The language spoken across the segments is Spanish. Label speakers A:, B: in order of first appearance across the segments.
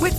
A: With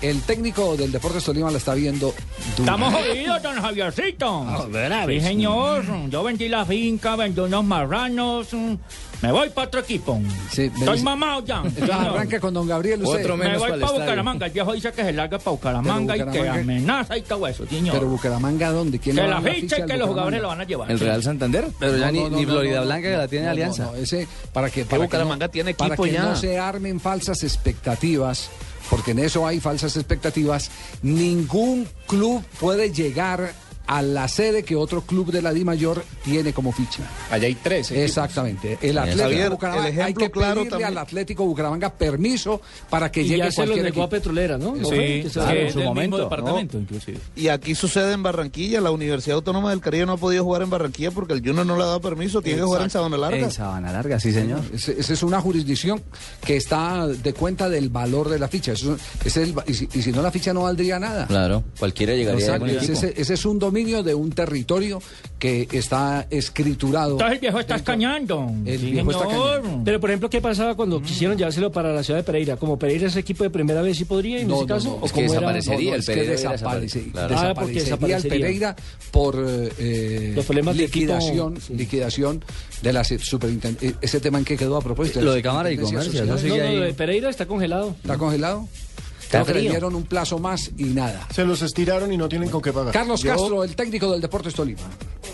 B: El técnico del Deportes Tolima la está viendo dura.
C: Estamos jodidos, don Javiercito.
B: Ah,
C: Sí, señor. Yo vendí la finca, vendí unos marranos. Me voy para otro equipo.
B: Sí, me
C: Estoy
B: dice-
C: mamado ya.
B: Entonces
C: señor.
B: arranca con Don Gabriel usted.
D: Otro
C: Me
D: menos
C: voy
D: para el
C: para
D: estadio.
C: Bucaramanga. El viejo dice que se larga para Bucaramanga, y que
B: Bucaramanga.
C: amenaza y todo eso, señor.
B: Pero Bucaramanga, ¿dónde? ¿Quién
C: que
B: le va a
C: la
B: dar
C: ficha y
B: al
C: que los jugadores lo
B: Bucaramanga?
C: van a llevar.
D: El Real Santander, pero ya
B: No,
D: ni,
B: no, no,
D: ni
B: no,
D: Florida
B: no,
D: Blanca
B: no,
D: que la tiene
B: no,
D: Alianza.
B: no, no, ese, para que, para que
D: Bucaramanga
B: no,
D: tiene
B: para
D: equipo
B: que
D: ya.
B: no se armen falsas expectativas, porque en eso hay falsas expectativas. Ningún club puede llegar a la sede que otro club de la Di Mayor tiene como ficha.
E: Allá hay tres. ¿eh?
F: pues.
E: equipos.
B: Exactamente. El Atlético
E: Javier,
B: Bucaramanga,
E: el ejemplo
B: hay que
E: claro
B: pedirle
E: también.
B: al Atlético Bucaramanga permiso para que llegue cualquier equipo.
D: Petrolera, ¿no?
C: Sí, claro, en su momento. departamento,
D: inclusive.
E: Y aquí sucede en Barranquilla. La Universidad Autónoma del Caribe no ha podido jugar en Barranquilla porque el Junior no le ha dado permiso. Tiene que jugar en Sabana Larga.
D: En Sabana Larga, sí, señor.
B: Es- Esa es una jurisdicción que está de cuenta del valor de la ficha. Eso es el va- y, si, y si no, la ficha no valdría nada.
D: Claro, cualquiera llegaría
B: Exacto.
D: a algún
B: Ese,
D: equipo.
B: ese- ese es un dominio de un territorio que está escriturado.
C: Entonces el viejo está escañando.
B: El
C: Sí,
B: viejo está
C: señor.
B: escañando.
G: Pero, por ejemplo, ¿qué pasaba cuando quisieron llevárselo para la ciudad de Pereira? Como Pereira es equipo de primera vez, ¿sí podría en
B: No,
G: ese
B: no,
G: caso?
B: no,
G: ¿O
D: Es que
G: cómo era?
D: desaparece. Desaparecería el
B: es que
D: Pereira,
B: desaparece-
D: desaparece, claro.
G: Ah, porque
B: desaparecería el
G: desaparecería.
B: Pereira por eh,
G: Los problemas de equipo,
B: liquidación,
G: sí.
B: liquidación de la superintendencia. Ese tema en que quedó a propósito.
D: Eh, Lo
B: la
D: de Cámara y
B: Superintendencia
D: Comercio, eso
B: Social.
D: sigue
G: No, no,
D: ahí.
G: lo de Pereira está congelado.
B: ¿Está congelado? Creo que le dieron un plazo más y nada.
H: Se los estiraron y no tienen con qué pagar.
B: Carlos Castro, el técnico del Deportes Tolima.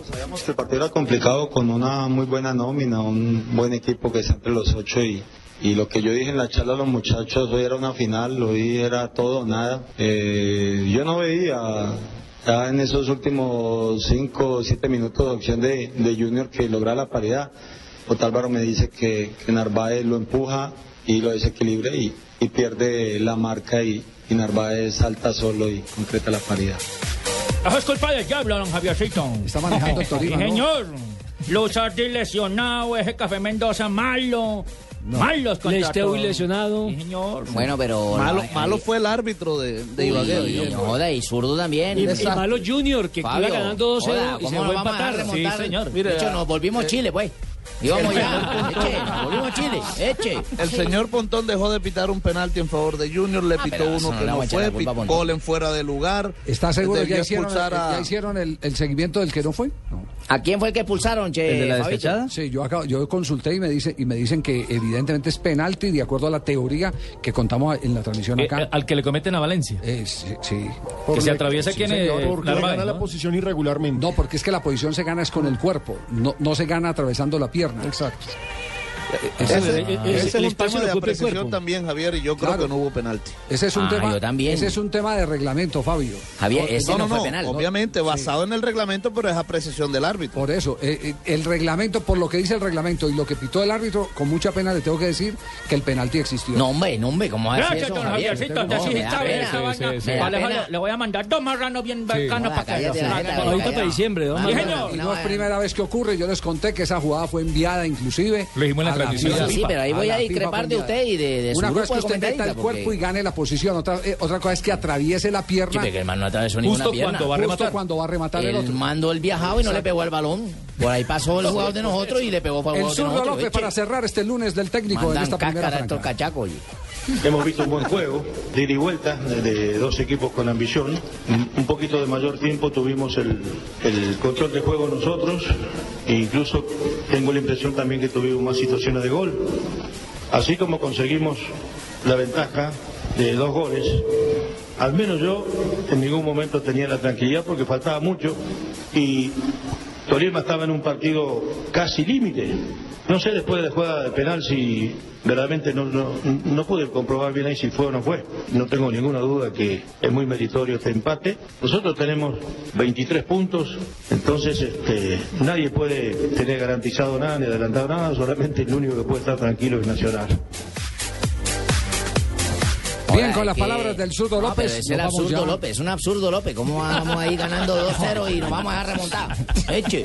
I: Sabíamos que el partido era complicado con una muy buena nómina, un buen equipo que está entre los ocho y, y lo que yo dije en la charla a los muchachos, hoy era una final, hoy era todo o nada. Eh, yo no veía ya en esos últimos cinco o siete minutos de opción de, de Junior que logra la paridad. Otálvaro me dice que, que Narváez lo empuja y lo desequilibra y, y pierde la marca y, y Narváez salta solo y concreta la paridad.
C: Eso Ah, es culpa del diablo, don Javiercito.
B: Está manejando el Tolima,
C: Sí,
B: ¿no?
C: señor. Luzardi lesionado, ese Café Mendoza malo. Malos contratos.
G: Lesteu lesionado.
C: Sí, señor.
F: Bueno, pero.
E: Malo,
F: la-
E: malo fue el árbitro de, de
F: Uy,
E: Ibagué.
F: no joda, y zurdo también.
G: Y, y
F: Exacto.
G: malo Junior, que
F: Fabio,
G: iba ganando 2-0
F: joda,
G: y se fue
F: ¿cómo
G: a
F: nos vamos a
G: empatar.
F: dejar remontar?
C: Sí, señor.
F: De hecho, nos
E: Eh.
F: volvimos Chile, pues. Íbamos ya. Eche, nos volvimos Chile. Eche.
E: El señor Pontón dejó de pitar un penalti en favor de Junior, le pitó
F: Ah, pero eso
E: uno
F: no
E: que
F: le
E: no
F: vamos a echar
E: fue,
F: la culpa a
E: pitó
F: Pontón.
E: gol en fuera de lugar.
B: ¿Está seguro que
E: debió
B: ya hicieron,
E: expulsar a-
B: ya hicieron el, el seguimiento del que no fue? No.
F: ¿A quién fue el que expulsaron, che?
D: ¿El de la
F: Fabito?
D: despechada?
B: Sí, yo, acabo- yo consulté y me, dice, y me dicen que evidentemente es penalti de acuerdo a la teoría que contamos en la
C: Eh,
B: transmisión acá.
G: al que le cometen a Valencia.
B: Eh, sí, sí.
G: Que se atraviesa quién es
H: Porque le gana la posición irregularmente.
B: No, porque es que la posición se gana es con el cuerpo, no, no se gana atravesando la pierna.
H: Exacto.
E: Ese,
G: Ah.
E: ese
G: El
E: es un tema de
G: espacio lo ocupa el
E: apreciación
G: cuerpo.
E: también, Javier, y yo creo
B: Claro.
E: que no hubo penalti.
B: Ese es un
F: Ah,
B: tema.
F: yo también.
B: Ese es un tema de reglamento, Fabio.
F: Javier, ese no,
E: no, no,
F: fue penal.
E: obviamente, basado en el reglamento, pero es apreciación del árbitro.
B: Por eso, eh, eh, el reglamento, por lo que dice el reglamento y lo que pitó el árbitro, con mucha pena le tengo que decir que el penalti existió.
F: No, hombre, no, hombre, ¿cómo hace
C: Gracias,
F: eso,
C: don
F: Javier?
C: Javiercito. Usted
F: No,
C: sí
F: me da
C: sabe
F: pena.
C: esa vaina.
F: sí. Me da
C: Vale,
F: pena.
C: Le voy a mandar dos marranos bien bacanos
F: Joda,
C: para que
F: cállate la jeta,
C: hagan.
G: Ahorita
F: callado.
G: para diciembre, ¿no?
F: Vamos,
C: Sí, señor.
B: Y
F: una
B: no es
F: vaina.
B: primera vez que ocurre, yo les conté que esa jugada fue enviada inclusive.
G: Lo dijimos en la transmisión.
B: a FIFA.
F: Sí, sí, pero ahí voy
B: la
F: a
B: FIFA fue
F: discrepar de
B: enviada.
F: usted y de, de su
B: Una cosa
F: grupo
B: es que
F: de
B: usted meta
F: comentaristas.
B: el cuerpo
F: porque-
B: y gane la posición, otra, eh, otra cosa es que atraviese la
F: Sí,
B: pierna
F: porque el man no atravesó
G: Justo
F: ninguna pierna.
G: cuando va a
B: justo
G: rematar.
B: cuando va a rematar el
F: Él
B: otro.
F: mandó el viajado y no le pegó al balón. Por ahí pasó el jugador de nosotros y le pegó para
B: El
F: el jugador de
B: zurdo
F: nosotros.
B: López
F: eche.
B: para cerrar este lunes del técnico en
F: Mandan
B: esta primera
F: cáscara a estos
B: franja.
F: cachacos. oye.
I: Hemos visto un buen juego, de ida y vuelta, de dos equipos con ambición. Un- Un poquito de mayor tiempo tuvimos el, el control de juego nosotros. E incluso tengo la impresión también que tuvimos más situaciones de gol. Así como conseguimos la ventaja de dos goles, al menos yo en ningún momento tenía la tranquilidad porque faltaba mucho y Tolima estaba en un partido casi límite. No sé después de la jugada de penal si verdaderamente no, no, no pude comprobar bien ahí si fue o no fue. No tengo ninguna duda que es muy meritorio este empate. Nosotros tenemos 23 puntos, entonces este, nadie puede tener garantizado nada ni adelantado nada, solamente el único que puede estar tranquilo es Nacional.
B: Bien, Bien, con las palabras del zurdo
F: No,
B: López,
F: Ah, pero es
B: nos
F: el
B: vamos
F: absurdo
B: ya.
F: López, es un absurdo López. ¿Cómo vamos a ir ganando 2-0 y nos vamos a dejar remontar? Eche.